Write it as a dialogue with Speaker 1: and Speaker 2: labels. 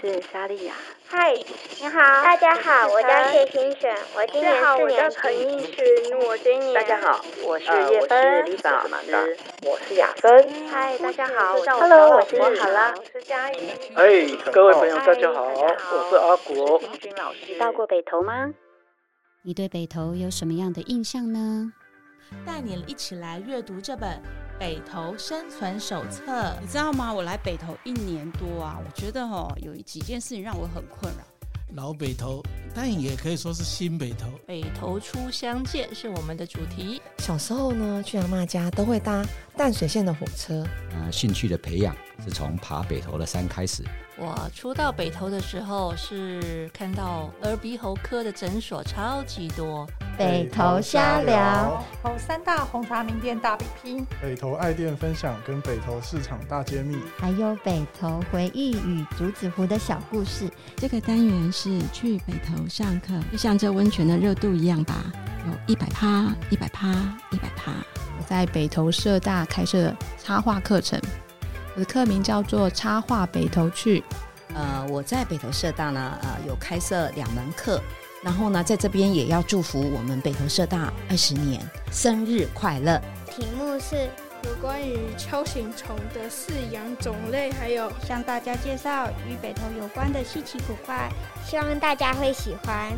Speaker 1: 是莎莉亚。
Speaker 2: 嗨，
Speaker 3: 你好，
Speaker 2: 大家好，我叫谢欣轩，我今年
Speaker 3: 好，
Speaker 2: 四
Speaker 3: 我叫
Speaker 2: 年
Speaker 3: 彭
Speaker 2: 级。
Speaker 3: 映是我今年。
Speaker 4: 大家，好，我是
Speaker 3: 呃
Speaker 4: 叶
Speaker 3: 我是
Speaker 4: 芬，
Speaker 3: 李宝
Speaker 4: 我是
Speaker 3: 的
Speaker 4: 马达，我是雅芬。
Speaker 2: 嗨，大家好
Speaker 3: 我是赵
Speaker 2: ，Hello，我
Speaker 3: 小
Speaker 2: 是
Speaker 3: 宝
Speaker 2: 好了，
Speaker 3: 我是佳怡。
Speaker 5: 哎，各位朋友，
Speaker 3: 嗨
Speaker 5: 大家好，
Speaker 3: 大家好
Speaker 5: 我是阿国。
Speaker 3: 英军老师
Speaker 1: 你到过北投吗？
Speaker 6: 你对北投有什么样的印象呢？
Speaker 7: 带你一起来阅读这本《北投生存手册》。
Speaker 8: 你知道吗？我来北投一年多啊，我觉得哦，有几件事情让我很困扰。
Speaker 9: 老北头，但也可以说是新北头。
Speaker 10: 北投初相见是我们的主题。
Speaker 11: 小时候呢，去阿妈家都会搭淡水线的火车。
Speaker 12: 呃，兴趣的培养是从爬北头的山开始。
Speaker 10: 我初到北投的时候是看到耳鼻喉科的诊所超级多，
Speaker 13: 北投瞎聊，
Speaker 14: 投三大红茶名店大比拼，
Speaker 15: 北投爱店分享跟北投市场大揭秘。
Speaker 13: 还有北投回忆与竹子湖的小故事。
Speaker 16: 这个单元是去北投上课，就像这温泉的热度一样吧，有一百趴，一百趴，一百趴。
Speaker 17: 我在北投社大开设插画课程，我的课名叫做《插画北投去》。
Speaker 18: 呃，我在北投社大呢，呃，有开设两门课，然后呢，在这边也要祝福我们北投社大二十年生日快乐。
Speaker 19: 题目是
Speaker 20: 有关于锹形虫的饲养种类，还有
Speaker 21: 向大家介绍与北投有关的稀奇古怪，
Speaker 20: 希望大家会喜欢。